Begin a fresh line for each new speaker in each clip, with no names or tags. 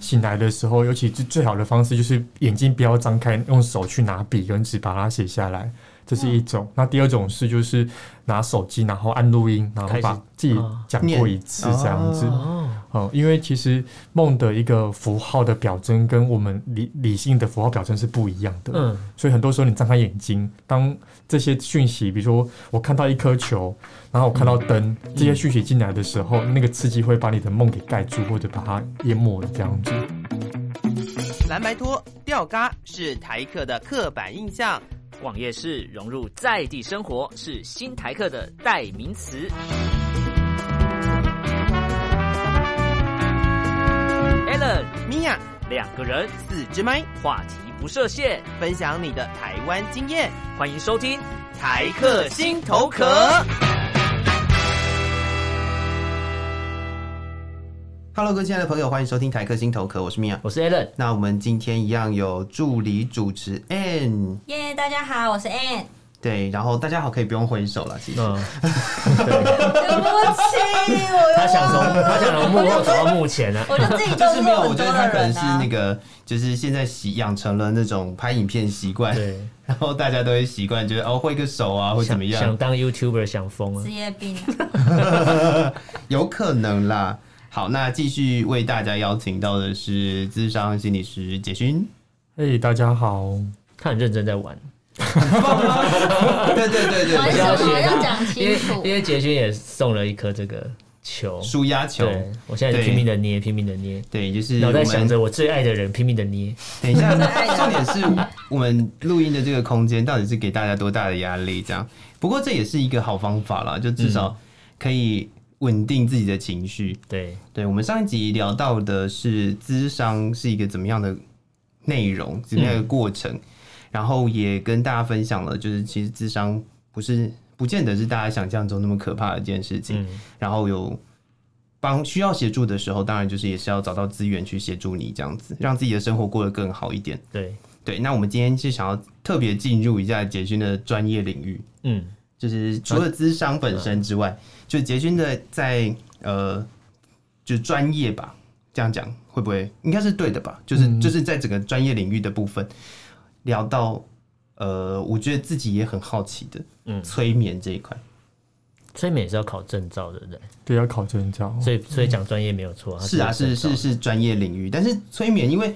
醒来的时候，尤其最最好的方式就是眼睛不要张开，用手去拿笔跟纸把它写下来，这是一种。那第二种是就是拿手机，然后按录音，然后
开始
把自己
哦
讲
念
过一次这样子。
啊
哦，
哦、因为其实梦的一个符号的表征跟我们理理性的符号表征是不一样的，
嗯，
所以很多时候你张开眼睛，当这些讯息，比如说我看到一颗球，然后我看到灯，这些讯息进来的时候，那个刺激会把你的梦给盖住，或者把它淹没了这样子。
蓝白拖、吊嘎是台客的刻板印象。
逛夜市融入在地生活是新台客的代名词。Allen
米娅，
两个人，
四支麦，
话题不设限，
分享你的台湾经验，
欢迎收听。
台客心头壳。
Hello，各位亲爱的朋友，欢迎收听台客心头壳，我是米娅。
我是 Alan，
那我们今天一样有助理主持 N，
耶大家好，我是 Ann。
对，然后大家好，可以不用挥手了，其实。
嗯，
对不起，我
他想从他想从幕后走到幕前呢、啊，
我就自己就
就是没有，
很
我觉
多
得他
的
可能
人
是
啊
那。个，就是现在习养成了那种拍影片习惯，
对，
然后大家都会习惯，觉得哦，挥个手啊，或怎么
想想
样，
当 YouTuber 想疯啊
职，业病啊、
有可能啦。好，那继续为大家邀请到的是智商心理师杰勋。
嘿、哎大家好，
他很认真在玩，
对对 对
我还
对
是
对，
要写
我要讲
因
清
为
楚
因，为杰勋也送了一颗这个球，
舒压球，
对我现在拼命的捏，拼命的捏，
对，就是
脑
我
袋想
们
着我最爱的人，拼命的捏，
等一下，重点是我们录音的这个空间到底是给大家多大的压力？这样，不过这也是一个好方法啦，就至
嗯
少可以稳定自己的情绪。
对，
对我们上一集聊到的是咨商是一个怎么样的内容，怎么样的过程，
嗯
然后也跟大家分享了，就是其实咨商不是不见得是大家想象中那么可怕的一件事情，
嗯
然后有。帮需要协助的时候，当然就是也是要找到资源去协助你，这样子让自己的生活过得更好一点。
对，
对，那我们今天是想要特别进入一下杰勋的专业领域，
嗯，
就是除了咨商本身之外，就杰勋的在呃，就专业吧，这样讲会不会应该是对的吧？就是、
嗯
就是在整个专业领域的部分，聊到呃，我觉得自己也很好奇的，嗯，
嗯
催眠这一块，
催眠也是要考证照的，对不对？
对，要考证照。
所以所以讲专业没有错，它
是啊，
有
是
证照
是是专业领域，但是催眠因为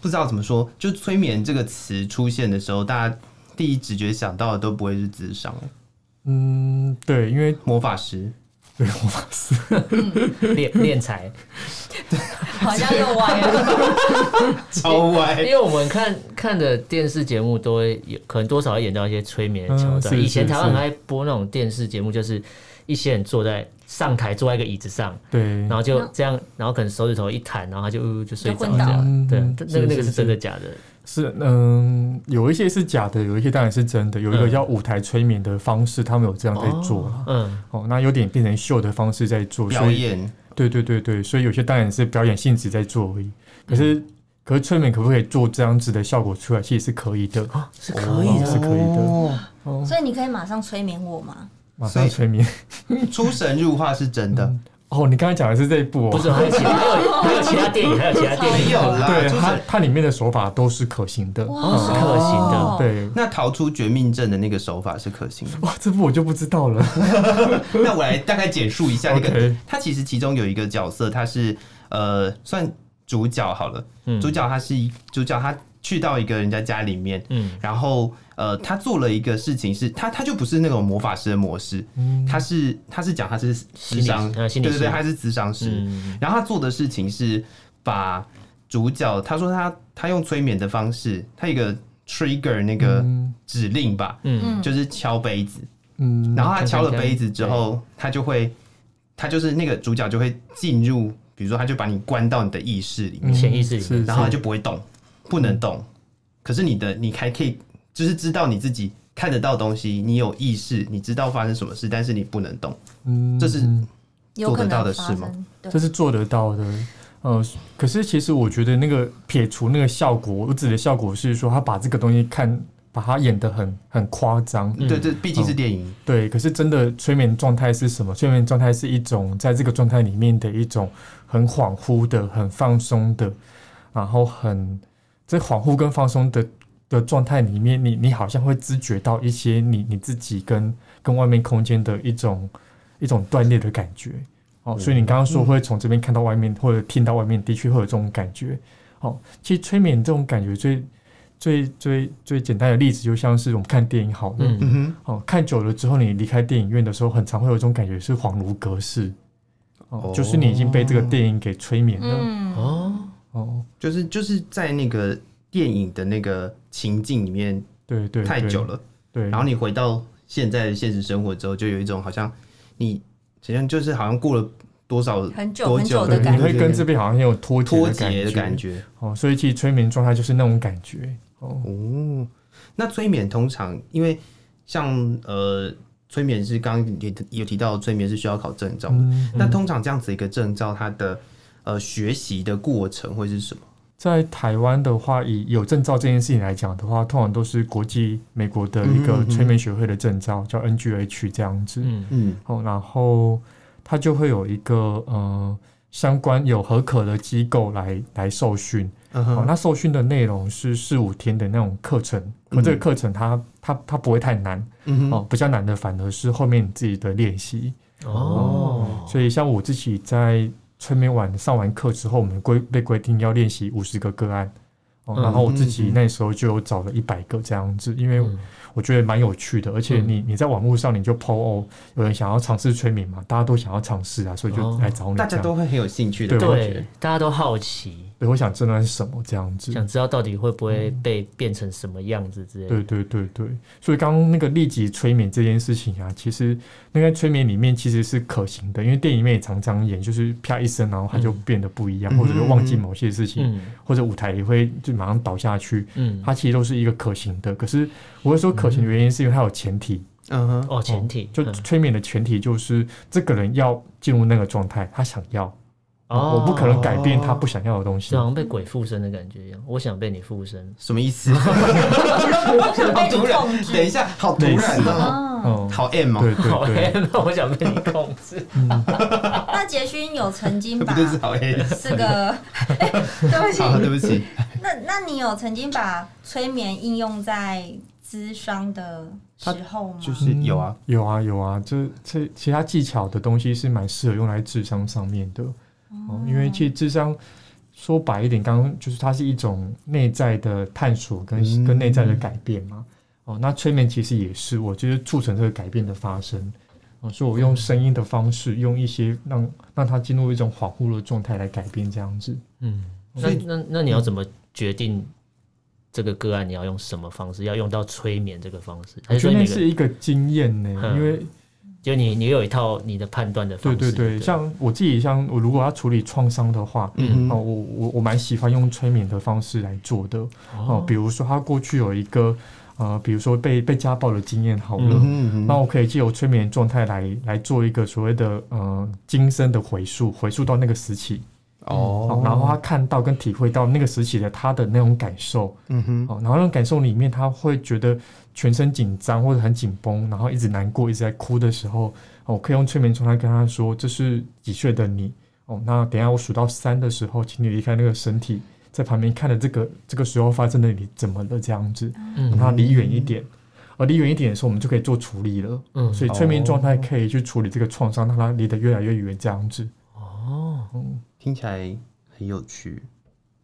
不知道怎么说，就催眠这个词出现的时候，大家第一直觉想到的都不会是智商，
嗯，对，因为
魔法师。
对我发誓，
练练才，
好像又歪了。
超
因
歪。
为我们看看的电视节目都会有，可能多少会演到一些催眠的桥段。
嗯是
以前
是
台湾很
是
爱播那种电视节目，就是一些人坐在上台坐在一个椅子上，
对
然，后就
嗯
这样，然后可能手指头一弹，然后他就、呃、就睡着
就昏倒
了
了。
对
嗯，
那个那个是真的
是
假的？
是嗯，有一些是假的，有一些当然是真的。有一个
嗯
叫舞台催眠的方式，他们有这样在做啦。
嗯，
哦，那有点变成秀的方式在做，
表
所以
演
对对对对，所以有些当然是表演性质在做而已。可是，
嗯
可是催眠可不可以做这样子的效果出来？其实是可以的，
哦，是可以
哦
的。
是可以的。
的，
所以你可以马上催眠我吗？
马
所以
上催眠。
出神入化是真
嗯
的，
哦，你刚才讲的是这一部
不
哦，
是，啊还有其他还有还有其他电影，还有其他电影
没有啦，
对
出
它
神。
它里面的手法都是可行的。
哇，
哦是可行的
哦，
对，
那逃出绝命镇的那个手法是可行的。
哇，这部我就不知道了。
那我来大概简述一下那个
OK，
他其实其中有一个角色，他是呃算主角好了，
嗯
主角他是一主角，他去到一个人家家里面，
嗯，
然后呃他做了一个事情是，他他就不是那种魔法师的模式，他是他是讲他是智商，
嗯心理
对
呃心理师
对对，他是智商师，
嗯
然后他做的事情是把主角，他说他他用催眠的方式，他有一个 trigger 那个指令吧，
嗯
就是敲杯子，
嗯，
然后他敲了杯子之后，他就会，他就是那个主角就会进入，比如说他就把你关到你的意识里
嗯
面，
潜意识里面
是
然后他
是
就不会动，不能动，可是你的你还可以，就是知道你自己看得到东西，你有意识，你知道发生什么事，但是你不能动，
嗯
这是
有可
做得到
能
的
发
事吗
生。对
这是做得到的。呃，可是其实我觉得那个撇除那个效果，我指的效果是说他把这个东西看，把它演得很很夸张。
对对，毕竟是电影，
对，可是真的催眠状态是什么？催眠状态是一种在这个状态里面的一种很恍惚的、很放松的，然后很在恍惚跟放松的的状态里面，你你好像会知觉到一些你你自己跟跟外面空间的一种一种断裂的感觉。哦，所以你刚刚说会从这边看到外面，或者听到外面，的确会有这种感觉。哦，其实催眠这种感觉最最最最简单的例子，就像是我们看电影好了，
嗯，
嗯
哦，看久了之后，你离开电影院的时候，很常会有一种感觉是恍如隔世，哦，就是你已经被这个电影给催眠了，
嗯，
哦，
哦，
哼，就是就是在那个电影的那个情境里面
对对，
太
对
久，了，
对，
然后你回到现在的现实生活之后，就有一种好像你好像就是好像过了多少
很久
多
很久
久
的
对，
感
你
觉
会跟这边好像很有脱
脱
节
节的感
觉，
觉。
哦，所以其实催眠状态就是那种感觉，哦，
哦，那催眠通常因为像呃，催眠是刚刚也有提到，催眠是需要考证照。
嗯，
那通常这样子一个证照，它的呃学习的过程会是什么？
在台湾的话，以有证照这件事情来讲的话，通常都是国际美国的一
嗯嗯
个
嗯
催眠学会的证照，叫 NGH 这样子，
嗯，
嗯，
哦，然后它就会有一个呃相关有合可的机构来来受训。
嗯
哦，
哼，
那受训的内容是四五天的那种课程，可这个课程它它它不会太难
嗯
哦
哼，，
比较难的反而是后面你自己的练习。
哦，
所以像我自己在催眠晚上完课之后，我们规被规定要练习五十个个案。哦，
嗯
然后我自
嗯
己
嗯
那时候就有找了一百个这样子，因为
嗯
我觉得蛮有趣的，而且你你在网络上你就 PO 哦，有人想要尝试催眠嘛，大家都想要尝试啊，所以就
哦
来找你这
大
样。
家都会很有兴趣的
对
感
我
觉
对。，大家都好奇，
对，我想这段是什么这样子。
想知道到底会不会
嗯
被变成什么样子之类的。
对对对对，所以刚刚那个立即催眠这件事情啊，其实那个催眠里面其实是可行的，因为电影里面也常常演，就是啪一声，然后他就
嗯
变得不一样，
嗯
或者就忘记某些事情，
嗯
或者舞台也会就马上倒下去，
嗯，
它其实都是一个可行的。可是我会说可行的原因是因为它有前提，
嗯哼，
哦，前提
就
嗯
催眠的前提就是这个人要进入那个状态，他想要，
哦，
我不可能改变他
哦
不想要的东西。
就好像被鬼附身的感觉一样，我想被你附身。
什么意思？
我
好
想被你
突然
控，
等一
制。
下，好突然哦，
啊，
嗯，
好 M 哦，
对对
好
对，
黑，哎那我想被你控 制。
那杰勋有曾经
这
把
不就是好 M？
这 个， 对不起，
好，对不起，
那那你有曾经把催眠应用在咨商的时候吗？
就是有啊，
有啊有啊，这这其他技巧的东西是蛮适合用来智商上面的哦，因为其实智商说白一点，刚刚就是它是一种内在的探索跟、
嗯
跟内在的改变嘛。哦，那催眠其实也是，我就是促成这个改变的发生。哦，所以我用声音的方式，用一些让让他进入一种恍惚的状态来改变这样子。
嗯，那
所以
那那你要怎么决定这个个案你要用什么方式？要用到催眠这个方式，
我
还是
觉
说
得那
哎每
是
个
一个经验呢、
嗯
因为
就你你有一套你的判断的方
对
式？
对对，像我自己，像我如果要处理创伤的话，
嗯
哦，
哼，
我我我蛮喜欢用催眠的方式来做的哦，比如说他过去有一个呃，比如说被被家暴的经验好了，
嗯哼嗯
那
哼，
我可以借由催眠状态来来做一个所谓的呃今生的回溯，回溯到那个时期、
哦
哦，，然后他看到跟体会到那个时期的他的那种感受，
嗯哼，
哦，然后那种感受里面他会觉得全身紧张或者很紧绷，然后一直难过一直在哭的时候，哦，我可以用催眠状态跟他说，这是几岁的你。哦，那等一下我数到三的时候，请你离开那个身体，在旁边看着这个这个时候发生的你怎么了这样子，
嗯
让他离远一点。而离远一点的时候，我们就可以做处理了。
嗯
哦
所以催眠状态可以去处理这个创伤，让它离得越来越远这样子。
哦，
听起来很有趣。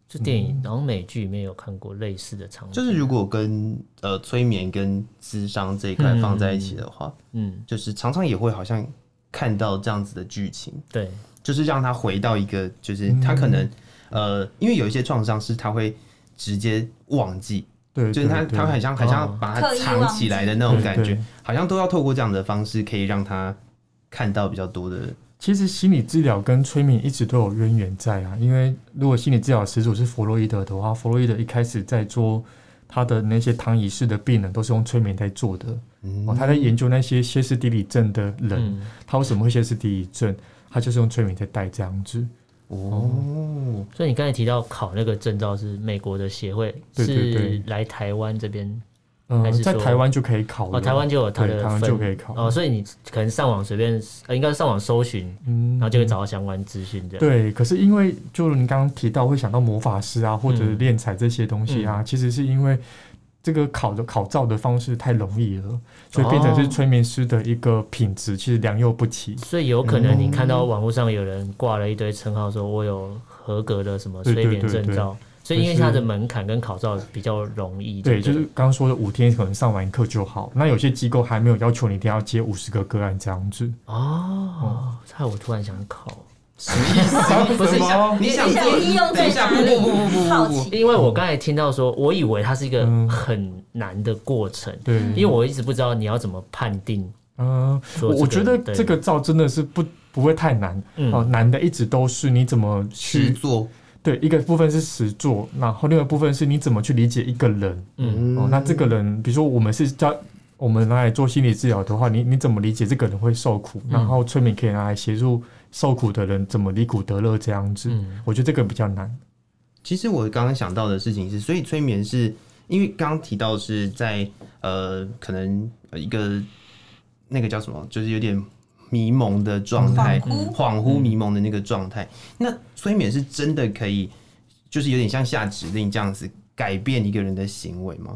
这电
嗯
影然后美剧里面有看过类似的场景，
就是如果跟呃催眠跟智商这一块放在一起的话，
嗯
就是常常也会好像看到这样子的剧情，
对
就是让他回到一个，就是
嗯
他可能、呃，因为有一些创伤是他会直接忘记，
对，
就是他
对对
他会很像很像把它
刻意
藏
忘记
起来的那种
对
感觉
对，
好像都要透过这样的方式可以让他看到比较多的，
其实心理治疗跟催眠一直都有渊源在啊，因为如果心理治疗始祖是弗洛伊德的话，弗洛伊德一开始在做他的那些躺椅式的病人，都是用催眠在做的。
嗯
哦，他在研究那些歇斯底里症的人，
嗯
他为什么会歇斯底里症？他就是用催眠在带这样子。
哦，
所以你刚才提到考那个证照是美国的协会，
对对对
是来台湾这边
嗯
还，是
在
说
台湾就可以考了，
哦，台湾就有它
对
的
台湾
分
就可以考
哦，所以你可能上网随便，呃，应该是上网搜寻，
嗯，
然后就会找到相关资讯这样。
对，可是因为就是你刚刚提到会想到魔法师啊，或者
嗯
练才这些东西啊，其实是因为这个考的考照的方式太容易了，所以变成是
哦
催眠师的一个品质，其实良莠不齐。
所以有可能
嗯
你看到网络上有人挂了一堆称号，说我有合格的什么
对对
催眠
对
证
对
照，所以因为它的门槛跟考照比较容易。
对，
不
就是刚刚说的五天可能上完课就好，那有些机构还没有要求你一定要接五十个个案这样子。嗯
哦，害我突然想考，
不是
什么
你想
你想
做
应用
等
在
一下，
哪
不
里？
不不不不
好
不
奇，
因为我刚才听到说，我以为它是一个
嗯
很难的过程，
对，
因为我一直不知道你要怎么判定
嗯、
说
我我觉
这个
得
人对
这个照真的是不不会太难
嗯
哦，难的一直都是你怎么
去
去
做，
对一个部分是实做，然后另外一个部分是你怎么去理解一个人。
嗯
哦，那这个人，比如说我们是教我们拿来做心理治疗的话，你你怎么理解这个人会受苦？
嗯
然后催眠可以拿来协助受苦的人怎么离苦得乐这样子。
嗯
我觉得这个比较难。
其实我刚刚想到的事情是，所以催眠是因为刚刚提到是在呃，可能呃一个那个叫什么，就是有点迷蒙的状态，
嗯
恍惚迷蒙的那个状态。那催眠是真的可以，就是有点像下指令这样子改变一个人的行为吗？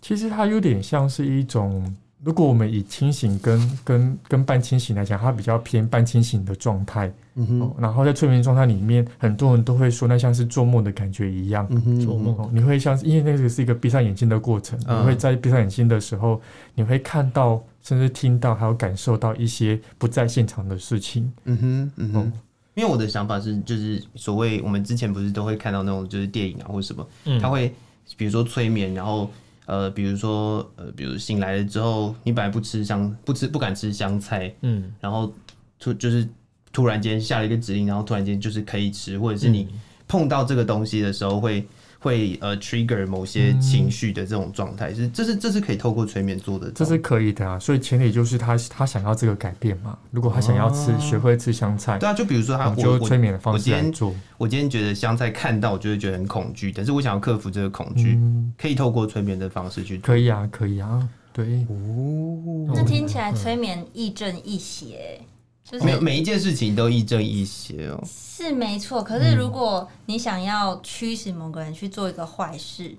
其实它有点像是一种，如果我们以清醒跟跟跟半清醒来讲，它比较偏半清醒的状态。
嗯
哦
哼，
然后在催眠状态里面，很多人都会说那像是做梦的感觉一样。
嗯哼，
做梦
哦，你会像是，因为那个是一个闭上眼睛的过程，
嗯
你会在闭上眼睛的时候，你会看到，甚至听到，还有感受到一些不在现场的事情。
嗯哼，嗯
哦
哼。因为我的想法是，就是所谓我们之前不是都会看到那种就是电影啊或者什么，
嗯
他会比如说催眠，然后呃，比如说呃，比如醒来了之后，你本来不吃香，不吃不敢吃香菜，
嗯
然后突就是突然间下了一个指令，然后突然间就是可以吃，或者是
嗯
你碰到这个东西的时候会会呃 trigger 某些情绪的这种状态，是这是这是可以透过催眠做的，
这是可以的啊，所以前提就是他他想要这个改变嘛。如果他想要吃，学会吃香菜，
对啊，就比如说他
我们就
我
用催眠的
我
方式
今
来
天
做。
我今天觉得香菜看到我就会觉得很恐惧，但是我想要克服这个恐惧，
嗯，
可以透过催眠的方式去做。
可以啊，可以啊，对，
嗯
哦
那听起来催眠亦正亦邪，
嗯
就是
每每一件事情都亦正亦邪哦。
是没错。可
嗯
是如果你想要驱使某个人去做一个坏事，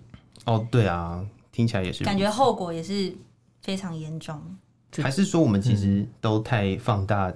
哦，对啊，听起来也是。
感觉后果也是非常严重。
还是说我们其
嗯
实都太放大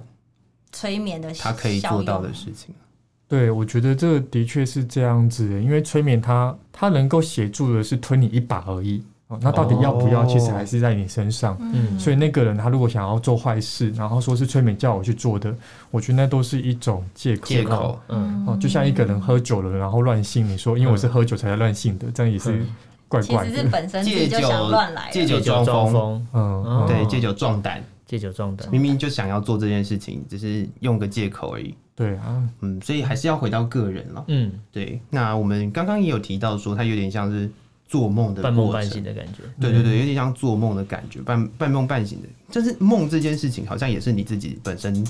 催眠的
他可以
效
做到
用
的事情了。
对，我觉得这个的确是这样子的，因为催眠它它能够协助的是推你一把而已。哦，那到底要不要，
哦
其实还是在你身上。
哦
嗯
所以那个人他如果想要做坏事，然后说是催眠叫我去做的，我觉得那都是一种借口。
借口
嗯
哦，就像一个人喝酒了，然后乱性，你说因为我是喝酒才乱性的，这样也是
嗯
怪
其
怪
实
的
是。本身自
借
己就
酒
想乱来
借
的。
酒装疯，
风，
嗯
哦
嗯，
对，借酒壮胆，
借酒壮胆。
明明就想要做这件事情，只是用个借口而已。
对啊，
嗯，所以还是要回到个人了。
嗯，
对，那我们刚刚也有提到说，它有点像是做梦的
半梦
过
半
程
醒的感觉。
对对对，有点像做梦的感觉，半半梦半醒的。就是梦这件事情，好像也是你自己本身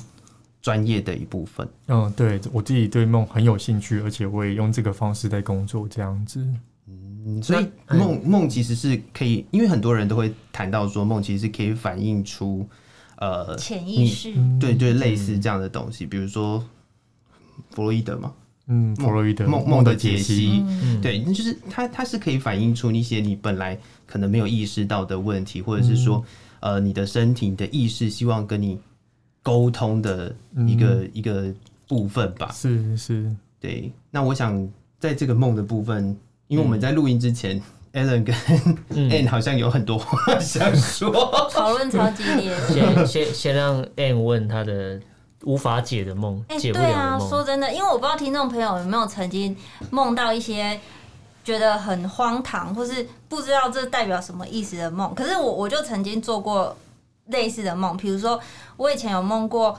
专业的一部分。
嗯，对我自己对梦很有兴趣，而且我也用这个方式在工作，这样子。
嗯所以梦梦其实是可以，因为很多人都会谈到说，梦其实是可以反映出呃，
潜意识，
对对，类似这样的东西，比如说弗洛伊德嘛，
嗯，弗洛伊德
梦
梦
梦的
解
解析，
嗯
对，那就是它它是可以反映出一些你本来可能没有意识到的问题，或者是说、呃你的身体你的意识希望跟你沟通的一个、一个部分吧。
是是，
对，那我想在这个梦的部分，因为我们在录音之前。Alan 跟 a n 好像有很多话想说，
讨论超激烈。
先先先让 Anne 问他的无法解的梦，
哎、
解不
对
了
啊，
的
说
梦。
真的，因为我不知道听众朋友有没有曾经梦到一些觉得很荒唐，或是不知道这代表什么意思的梦。可是我我就曾经做过类似的梦，比如说我以前有梦过，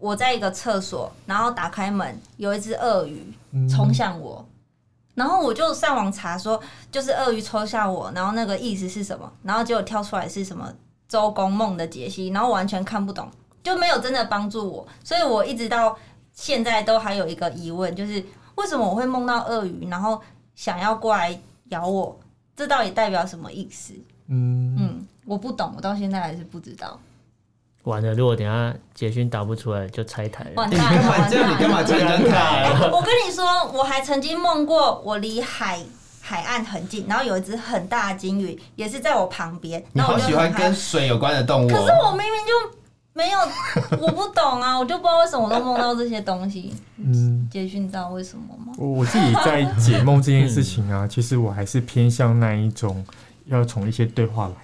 我在一个厕所，然后打开门，有一只鳄鱼
嗯
冲
嗯
向我。然后我就上网查说，就是鳄鱼冲向我，然后那个意思是什么？然后结果跳出来是什么周公梦的解析，然后完全看不懂，就没有真的帮助我，所以我一直到现在都还有一个疑问，就是为什么我会梦到鳄鱼，然后想要过来咬我？这到底代表什么意思？
嗯，
嗯，我不懂，我到现在还是不知道。
完了，如果等一下捷讯打不出来，就拆台了。
完
你
蛋
干
了，
嘛
完
这样？你
蛋
干
了！
嘛拆 人台？
我跟你说，我还曾经梦过我离海海岸很近，然后有一只很大的金鱼也是在我旁边，
你
然后
好
我就
喜
很
欢
害
跟
怕。
水有关的动物
可是
哦。
我明明就没有，我不懂啊， 我就不知道为什么我都梦到这些东西。
嗯，
杰勋，你知道为什么吗？
我我自己在解梦这件事情
嗯
啊， 其实我还是偏向那一种要从一些对话来。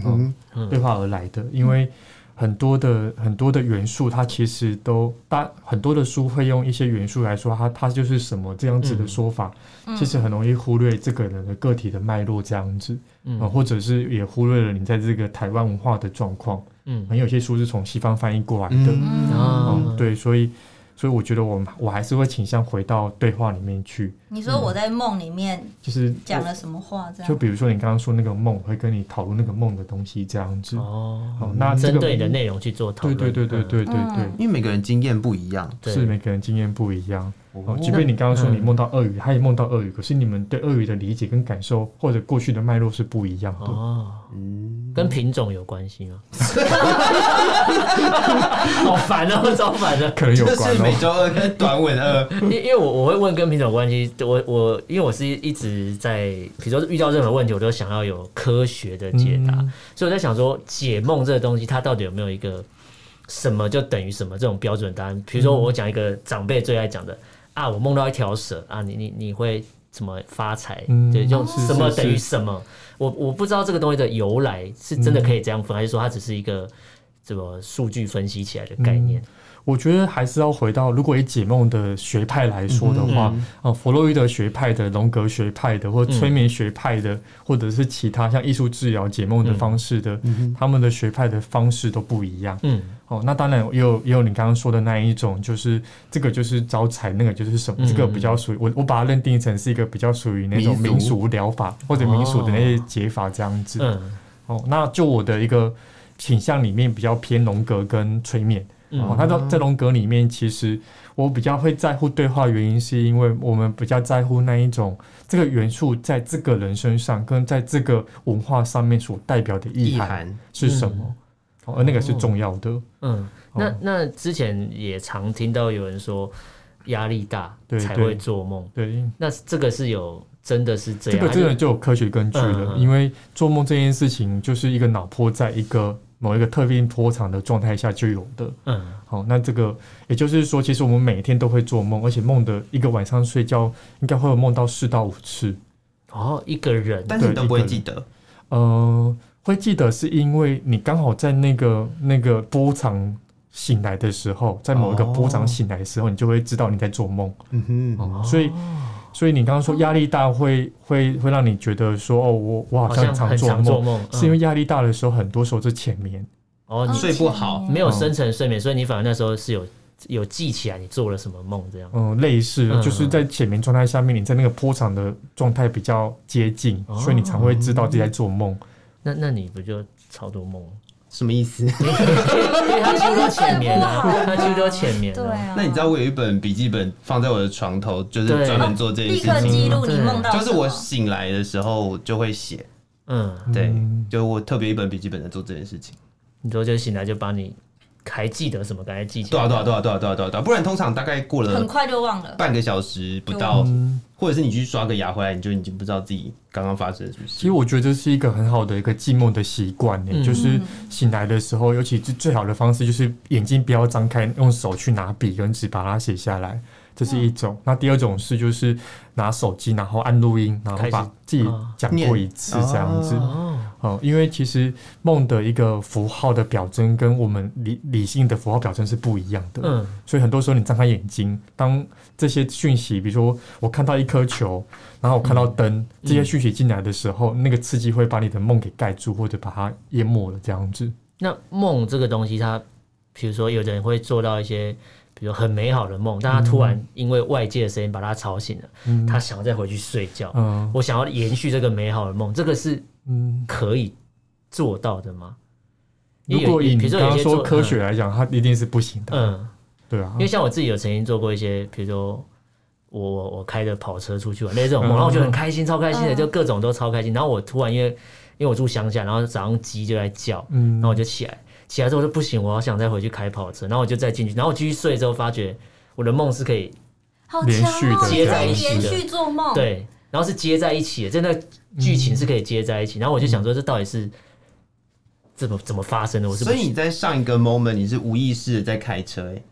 啊
嗯哼，
对话而来的，因为很多的很多的元素，它其实都大很多的书会用一些元素来说，它它就是什么这样子
嗯
的说法，其实很容易忽略这个人的个体的脉络这样子，啊、
嗯
或者是也忽略了你在这个台湾文化的状况，啊
嗯
很有些书是从西方翻译过来的，
嗯，
啊
嗯，对，所以所以我觉得我们我还是会倾向回到对话里面去，
你说我在梦里面
就是
讲了什么话？
啊
这
就
样
比如说你刚刚说那个梦，会跟你讨论那个梦的东西这样子。
哦，
好，那这
针
个
对你的内容去做讨
对
论。
对对对
嗯
对对对，
因为每个人经验不一样，
对
是每个人经验不一样。哦
哦，
即便你刚刚说你
嗯
梦到鳄鱼，他也梦到鳄鱼，可是你们对鳄鱼的理解跟感受，或者过去的脉络是不一样的。
哦，
嗯，
跟品种有关系 吗？好烦哦，超烦的。
可能有
这
关
是每
哦。
周二跟短吻二，
因因为我我会问跟品种有关系，我我因为我是一直在，比如说遇到任何问题，我都想要有科学的解答，
嗯
所以我在想说解梦这个东西，它到底有没有一个什么就等于什么这种标准答案？比如
嗯
说我讲一个长辈最爱讲的啊，我梦到一条蛇啊，你你你会怎么发财？
嗯
对，用
是是
什么
是
等于什么？我我不知道这个东西的由来是真的
嗯
可以这样分，还是说它只是一个什么数据分析起来的概念？
我觉得还是要回到，如果以解梦的学派来说的话，
嗯
哦，弗洛伊德学派的、荣格学派的，或催眠学派
嗯
的，或者是其他像艺术治疗解梦的方式的，他们的学派的方式都不一样。
嗯
哦，那当然也有也有你刚刚说的那一种，就是这个就是招财，那个就是什么，
嗯
这个比较属于我我把它认定成是一个比较属于那种
民
民
俗
俗疗法或者民俗的那些
哦
解法这样子。
嗯
哦，那就我的一个倾向里面比较偏荣格跟催眠。哦，那在在荣格里面，其实我比较会在乎对话，原因是因为我们比较在乎那一种这个元素在这个人身上跟在这个文化上面所代表的意
意
涵
涵，
是什么，哦而那个是重要的。
嗯，那
哦
那之前也常听到有人说压力大
对
才
对
会做梦，
对，
那这个是有真的是这
这
样？
个
还
真
是
的就有科学根据了，
啊嗯嗯
因为做梦这件事情就是一个脑波在一个某一个特定波长的状态下就有的。
嗯
好、那这个也就是说，其实我们每天都会做梦，而且梦的一个晚上睡觉应该会有梦到四到五次。
哦，一个人
但是你
对
都不会
一个人
记得，
呃，会记得是因为你刚好在那个那个波长醒来的时候，在某一个波
哦
长醒来的时候，你就会知道你在做梦。
嗯哼，
哦所以，所以你刚刚说压力大会会会让你觉得说哦，我我
好
好像
像
常
很
做
常做
梦，
梦，
是因为
嗯
压力大的时候，很多时候是浅眠。
哦你
睡不好
哦
没有
嗯
深层睡眠，所以你反而那时候是有有记起来你做了什么梦这样。
嗯，类似
嗯
就是在浅眠状态下面，你在那个波长的状态比较接近，
哦
所以你常会知道自己在做梦。
那那你不就超多梦？
什么意思？
啊
因为他几乎都浅眠 啊，
睡不好
他几乎都浅眠
对
啊。
啊，
那你知道我有一本笔记本放在我的床头，就是
对
专门做这件
啊立刻
事情，
记录你梦到
就是我
什么
醒来的时候我就会写，
嗯，
对
嗯，
就我特别一本笔记本在做这件事情。
你说就醒来就把你还记得什么，赶快记起
对
来。
啊，对啊，对啊，对啊，对啊，对啊，对啊不然通常大概过
很
了
快就忘了。
半个小时不到，嗯或者是你去刷个牙回来，你就已经不知道自己刚刚发生了什么
其实
事。
我觉得这是一个很好的一个记梦的习惯呢，
嗯
就是醒来的时候，尤其是最好的方式就是眼睛不要张开，用手去拿笔跟纸把它写下来，这是一
嗯
种。那第二种是就是拿手机，然后按录音，然后
开始
把自己
啊
讲过一次
念
这样子。
哦，
哦、因为其实梦的一个符号的表征跟我们理理性的符号表征是不一样的。
嗯，
所以很多时候你张开眼睛，当这些讯息，比如说我看到一颗球，然后我看到灯，
嗯
这些讯息进来的时候，那个刺激会把你的梦给盖住，或者把它淹没了这样子。
那梦这个东西它，比如说有的人会做到一些，比如很美好的梦，但他突然因为外界的声音把他吵醒了，他想要再回去睡觉。
嗯
我想要延续这个美好的梦，这个是
嗯，
可以做到的吗？
如果以
因为有比
你
如
刚
说有
刚
些做
说科学，来讲，它一定是不行的。
嗯，嗯
对啊
因为，像我自己有曾经做过一些，比如说。我我我开着跑车出去玩，类似这种
嗯
梦，然后我就很开心，超开心的，
嗯
就各种都超开心。然后我突然因为因为我住乡下，然后早上鸡就在叫，
嗯
然后我就起来，起来之后我说不行，我好想再回去开跑车，然后我就再进去，然后我继续睡之后发觉我的梦是可以
好
连
强
续的
哦！你
接
可
在
以
一起
连
的
续做梦，，
对，然后是接在一起的，真的剧情是可以接在一起。然后我就
嗯
想说，这到底是怎么怎么发生的？我是不
所以你在上一个 moment 你是无意识的在开车、欸，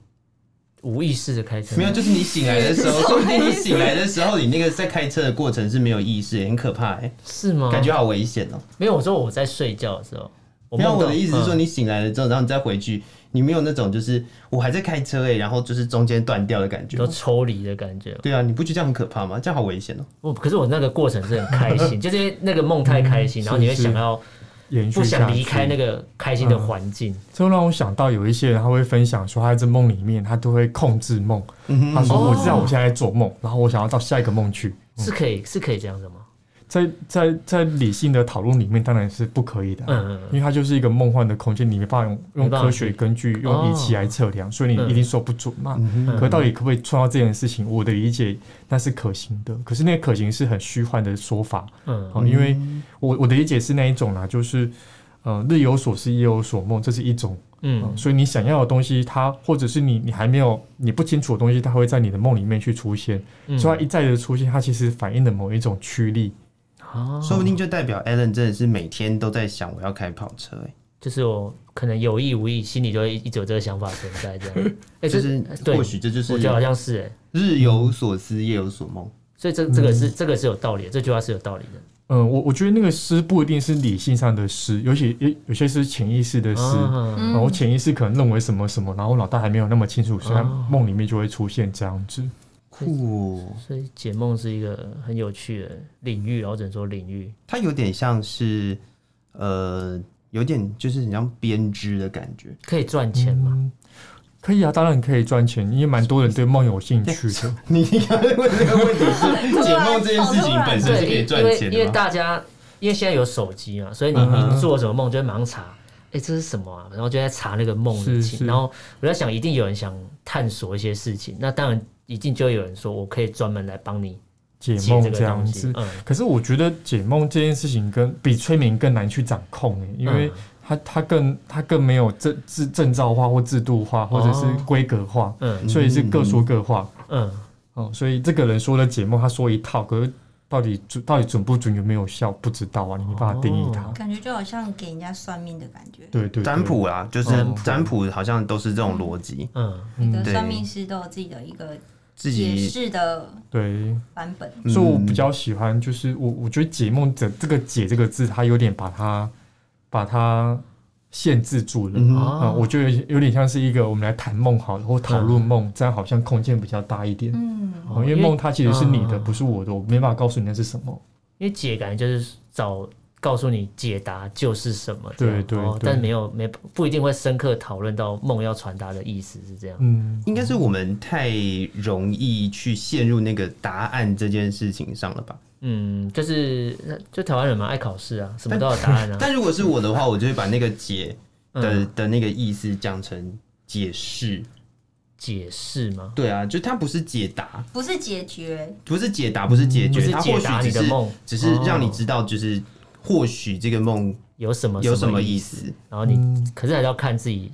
无意识的开车，
没有，就是你醒来的时候，
是
说不定你醒来的时候，你那个在开车的过程是没有意识、欸，很可怕、欸，
是吗？
感觉好危险哦、
没有。我说我在睡觉的时候，我
没有，
梦
我
到
的意思是说，
嗯
你醒来了之后，然后你再回去，你没有那种就是我还在开车哎、欸，然后就是中间断掉的感觉
有。抽离的感觉。
对啊，你不觉得这样很可怕吗？这样好危险哦、
我可是我那个过程是很开 心，就是因为那个梦太开
嗯
心，然后你会
是是
想要
延续
不
下
想
去
离开那个开心的
嗯
环境。
这让我想到有一些人他会分享说他在梦里面他都会控制梦，
嗯
他
哼，
说
哦
我知道我现在在做梦，然后我想要到下一个梦去。
嗯
是可以，是可以这样的吗？
在在在理性的讨论里面当然是不可以的啊、
嗯嗯嗯
因为它就是一个梦幻的空间，你没办法用用
没办法
科
哦
学根据、用仪器来测量，所以你一定说不准嘛。
嗯
可到底可不可以创造这件事情？我的理解那是可行的，可是那个可行是很虚幻的说法。
嗯，
哦，因为我我的理解是那一种啦，就是呃日有所思夜有所梦，这是一种。
嗯
嗯，，所以你想要的东西，它或者是你你还没有你不清楚的东西，它会在你的梦里面去出现，
嗯
所以它一再的出现，它其实反映了某一种驱力。
哦
说不定就代表 Alan 真的是每天都在想我要开跑车、欸，
就是我可能有意无意，心里就会一直有这个想法存在，这 样。哎、
就
这
是
对
或许这就是
我觉得好像是哎、
日有所思，夜有所梦。
所以这这个是、
嗯
这个是有道理的，这句话是有道理的。
嗯，我我觉得那个诗不一定是理性上的诗，尤其有有些是潜意识的诗。
啊，
嗯
然后潜意识可能认为什么什么，然后脑袋还没有那么清楚，所以它
哦
梦里面就会出现这样子。
酷哦，
所以解梦是一个很有趣的领域，然后只能说领域。
它有点像是呃，有点就是很像编织的感觉。
可以赚钱
嗯
嘛？
嗯可以啊，当然可以赚钱，因为蛮多人对梦有兴趣的。
你刚才问这个问题是解梦这件事情本身是可以赚
因为
钱
因为
的吗？
大家因为现在有手机嘛，所以你
嗯哼
你做什么梦就会忙查，哎、这是什么啊？然后就在查那个梦的
是
情。
是
然后我在想，一定有人想探索一些事情，那当然一定就会有人说，我可以专门来帮你
解
解
梦
这个
这样
东
子
西，。嗯，
可是我觉得解梦这件事情跟比催眠更难去掌控诶、因为
嗯
它它更它更没有证制证照化或制度化或者是
哦
规格化，
嗯
所以是各说各话
嗯，
哦、所以这个人说的解梦，他说一套，可是到底准到底准不准有没有效，不知道啊，你没办法定义它。
感觉就好像给人家算命的感觉。
对对对，
哦占卜啦，就是
哦
嗯
占卜好像都是这种逻辑，
嗯，
每
嗯
个
对
算命师都有自己的一个
自
解
己
释的
对，
版本。
嗯
所以我比较喜欢，就是我我觉得“解梦”的这个“解”这个字，它有点把它把它限制住了。
嗯
啊、
哦
我觉得有点像是一个我们来谈梦好了，或讨论梦，这样好像空间比较大一点。
嗯，
哦因为梦它其实是你的，
嗯
不是我的，我没办法告诉你那是什么。
因为解感觉就是找告诉你解答就是什么这样，
对对
哦
对
但没有没不一定会深刻讨论到梦要传达的意思是这样，
嗯，
应该是我们太容易去陷入那个答案这件事情上了吧？
嗯，就是就台湾人嘛爱考试啊，什么都有答案 啊，
但如果是我的话，我就会把那个解的
嗯，
的那个意思讲成解释。
解释嘛，
对啊，就它不是解答，
不是解 决，
不是解答，不是解
嗯不
决，
是
它
解
或
答
许
你
只
的
是
梦，
只是让你
哦
知道，就是或许这个梦
有什么
有什么
意
意
思，
思。
然后你
嗯
可是还是要看自己，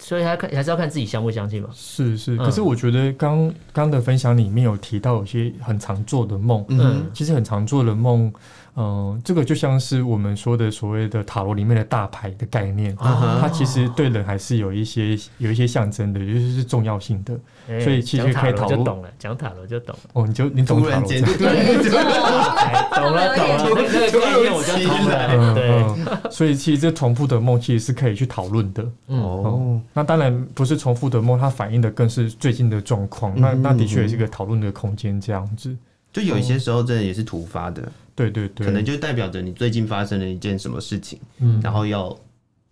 所以还看还是要看自己相不相信嘛，
是是。
嗯
可是我觉得刚刚的分享里面有提到有些很常做的梦，
嗯
其实很常做的梦，嗯、这个就像是我们说的所谓的塔罗里面的大牌的概念，
啊
它其实对人还是有一些有一些象征的，尤其是重要性的。
哎
所以其实
讲
可以
塔罗
讨论
就懂了，讲塔罗就懂 了，
哦，你就你懂
突
塔
然
罗这
间，
样。
突然间，
哎懂 了懂了，那那个概念我就懂了，
嗯
对，
嗯，所以其实这重复的梦其实是可以去讨论的。
嗯
哦，
那当然不是重复的梦，它反映的更是最近的状况。那
嗯
那的确也是一个讨论的空间，这样子。
就有一些时候真的也是突发的，
对对对，
可能就代表着你最近发生了一件什么事情，
嗯
然后要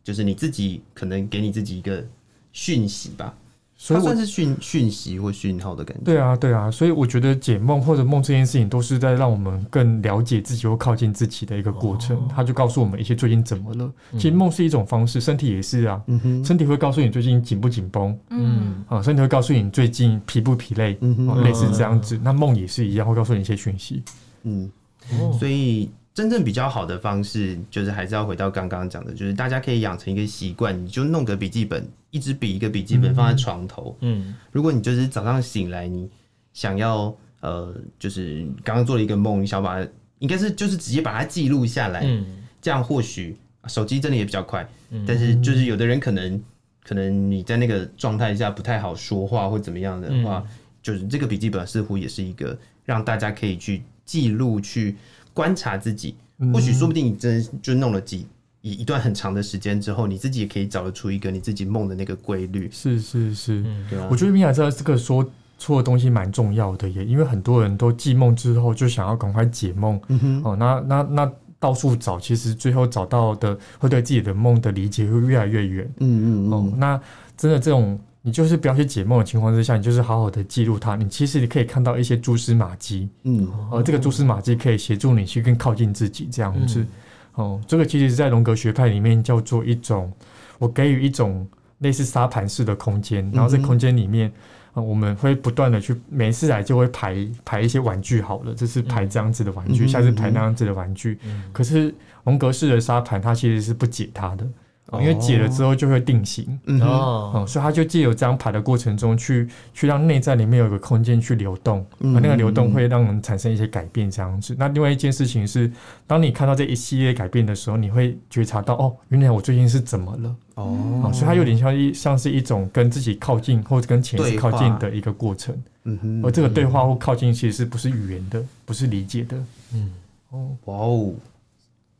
就是你自己可能给你自己一个讯息吧，
所
它
以我
算是讯讯息或讯号的感觉。
对啊，对啊，所以我觉得解梦或者梦这件事情，都是在让我们更了解自己或靠近自己的一个过程。它就告诉我们一些最近怎么了。其实梦是一种方式，身体也是啊，
嗯哼，
身体会告诉你最近紧不紧绷
嗯，
啊，身体会告诉你最近疲不疲累，
嗯
啊
哼，
类似这样子。那梦也是一样，会告诉你一些讯息。
嗯，
哦
所以真正比较好的方式，就是还是要回到刚刚讲的，就是大家可以养成一个习惯，你就弄个笔记本，一支笔一个笔记本放在床头。
嗯，
如果你就是早上醒来，你想要呃，就是刚刚做了一个梦，你想把它应该是就是直接把它记录下来，
嗯，
这样或许手机真的也比较快，但是就是有的人可能可能你在那个状态下不太好说话或怎么样的话，
嗯
就是这个笔记本似乎也是一个让大家可以去记录、去观察自己，
嗯
或许说不定你真的就弄了几。一一段很长的时间之后，你自己也可以找得出一个你自己梦的那个规律，
是是是，
对啊
我觉得米娅这这个说错的东西蛮重要的耶，因为很多人都记梦之后就想要赶快解梦，哦，那那那到处找，其实最后找到的会对自己的梦的理解会越来越远。
嗯嗯
哦，
嗯，
那真的这种，你就是不要去解梦的情况之下，你就是好好的记录它。你其实你可以看到一些蛛丝马迹，
哦
嗯，
而、哦这个蛛丝马迹可以协助你去更靠近自己这样
嗯
子。哦，这个其实，在荣格学派里面叫做一种，我给予一种类似沙盘式的空间，然后在
嗯哼
空间里面。呃我们会不断的去，每一次来就会排排一些玩具好了，这次排这样子的玩具，
嗯
下次
嗯
排
嗯
那样子的玩具。可是荣格式的沙盘，它其实是不解它的，哦因为解了之后就会定型。
嗯哼
哦，
嗯，所以他就借由这样排的过程中去，去让内在里面有一个空间去流动，
嗯
而那个流动会让人产生一些改变，这样子。那另外一件事情是，当你看到这一系列改变的时候，你会觉察到哦，原来我最近是怎么了。
哦，
哦、所以它有点像一像是一种跟自己靠近或者跟潜意识
对
靠
话
近的一个过程。
嗯哼，
而这个对话或靠近其实是不是语言的，不是理解的。
哇哦，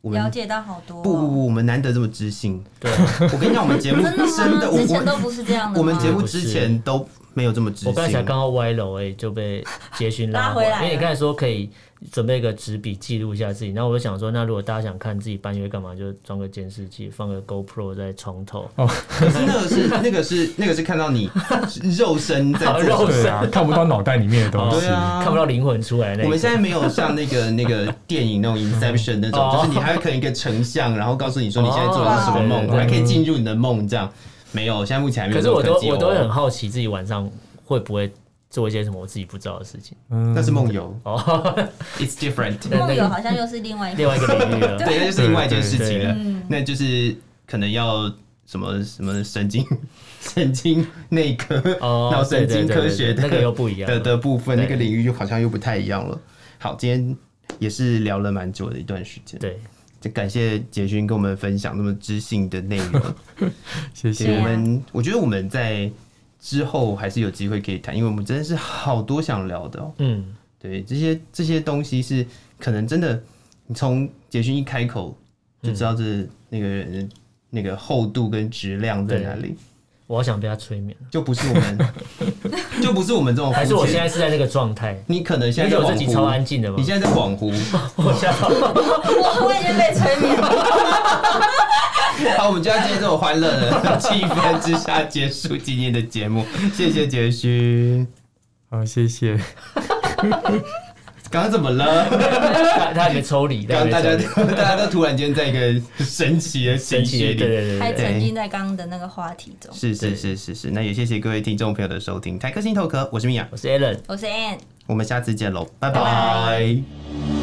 我
了
们
解到好多哦、
不不不，我们难得这么知性，
对，
我跟你讲，我们节目
真的吗？
真的，我
之前
我
都嗯不是这样的吗
我们节目
不是
之前都没有这么知
我刚才
性。
刚刚歪楼哎，就被捷讯
拉
回
回来了
因为你刚才说可以准备一个纸笔记录一下自己，那我就想说，那如果大家想看自己半夜干嘛，就装个监视器，放个 GoPro 在床头，
可是那个是那个是那个是看到你肉身 在做
肉
什么。
对 啊，看不到脑袋里面的东西
对。啊
看不到灵魂出来那一
我们
刻
现在没有像那个 那个电影那种 Inception 那种，
哦
就是你还会刻一个成像，然后告诉你说你现在做的是什么
哦
梦，
对
还可以进入你的梦这样。没有，现在目前还没有
可
这
是
种
我都
科技哦。
我都会很好奇自己晚上会不会做一些什么我自己不知道的事情
嗯
那是梦游
哦，
，It's different。
梦游好像又是另外一
另
个
外一个领域了。
对，那就是另外一件事
对
情
对
了。那就是可能要什么什么神经神经内 科、
哦
脑神经科学的
对对对对那个又不一样
的的部分，
对
那个领域又好像又不太一样了。好，今天也是聊了蛮久的一段时间，，
对，
就感谢杰勋跟我们分享那么知性的内容。
谢
对，
谢
啊
我们我觉得我们在之后还是有机会可以谈，因为我们真的是好多想聊的哦、
嗯，
对，这些这些东西是可能真的，你从杰勋一开口就知道这那个人、那个厚度跟质量在哪里，
我好想被他催眠，
就不是我们， 就不是我们这种肤浅。
还是我现在是在那个状态？
你可能现
你
在在
有这
恍
集超安
惚，
静的吗
你？现在在恍惚。
我吓到，
我我已经被催眠了。
好，我们就要借这种欢乐的气氛之下结束今天的节目，谢谢杰勋。
好，谢谢。
刚刚怎么了？
他他还没抽离，
刚刚
他
大
还
家
啊没抽 离
大家都突然间在一个神奇的
神
情
奇
绪
的，
里
对对对
还
对对，
沉浸在刚刚的那个话题中。
是是是是是，那也谢谢各位听众朋友的收听，台客心头壳，我是米娅，
我是 Alan。
我是 Ann。
我们下次见喽，拜
拜
拜
拜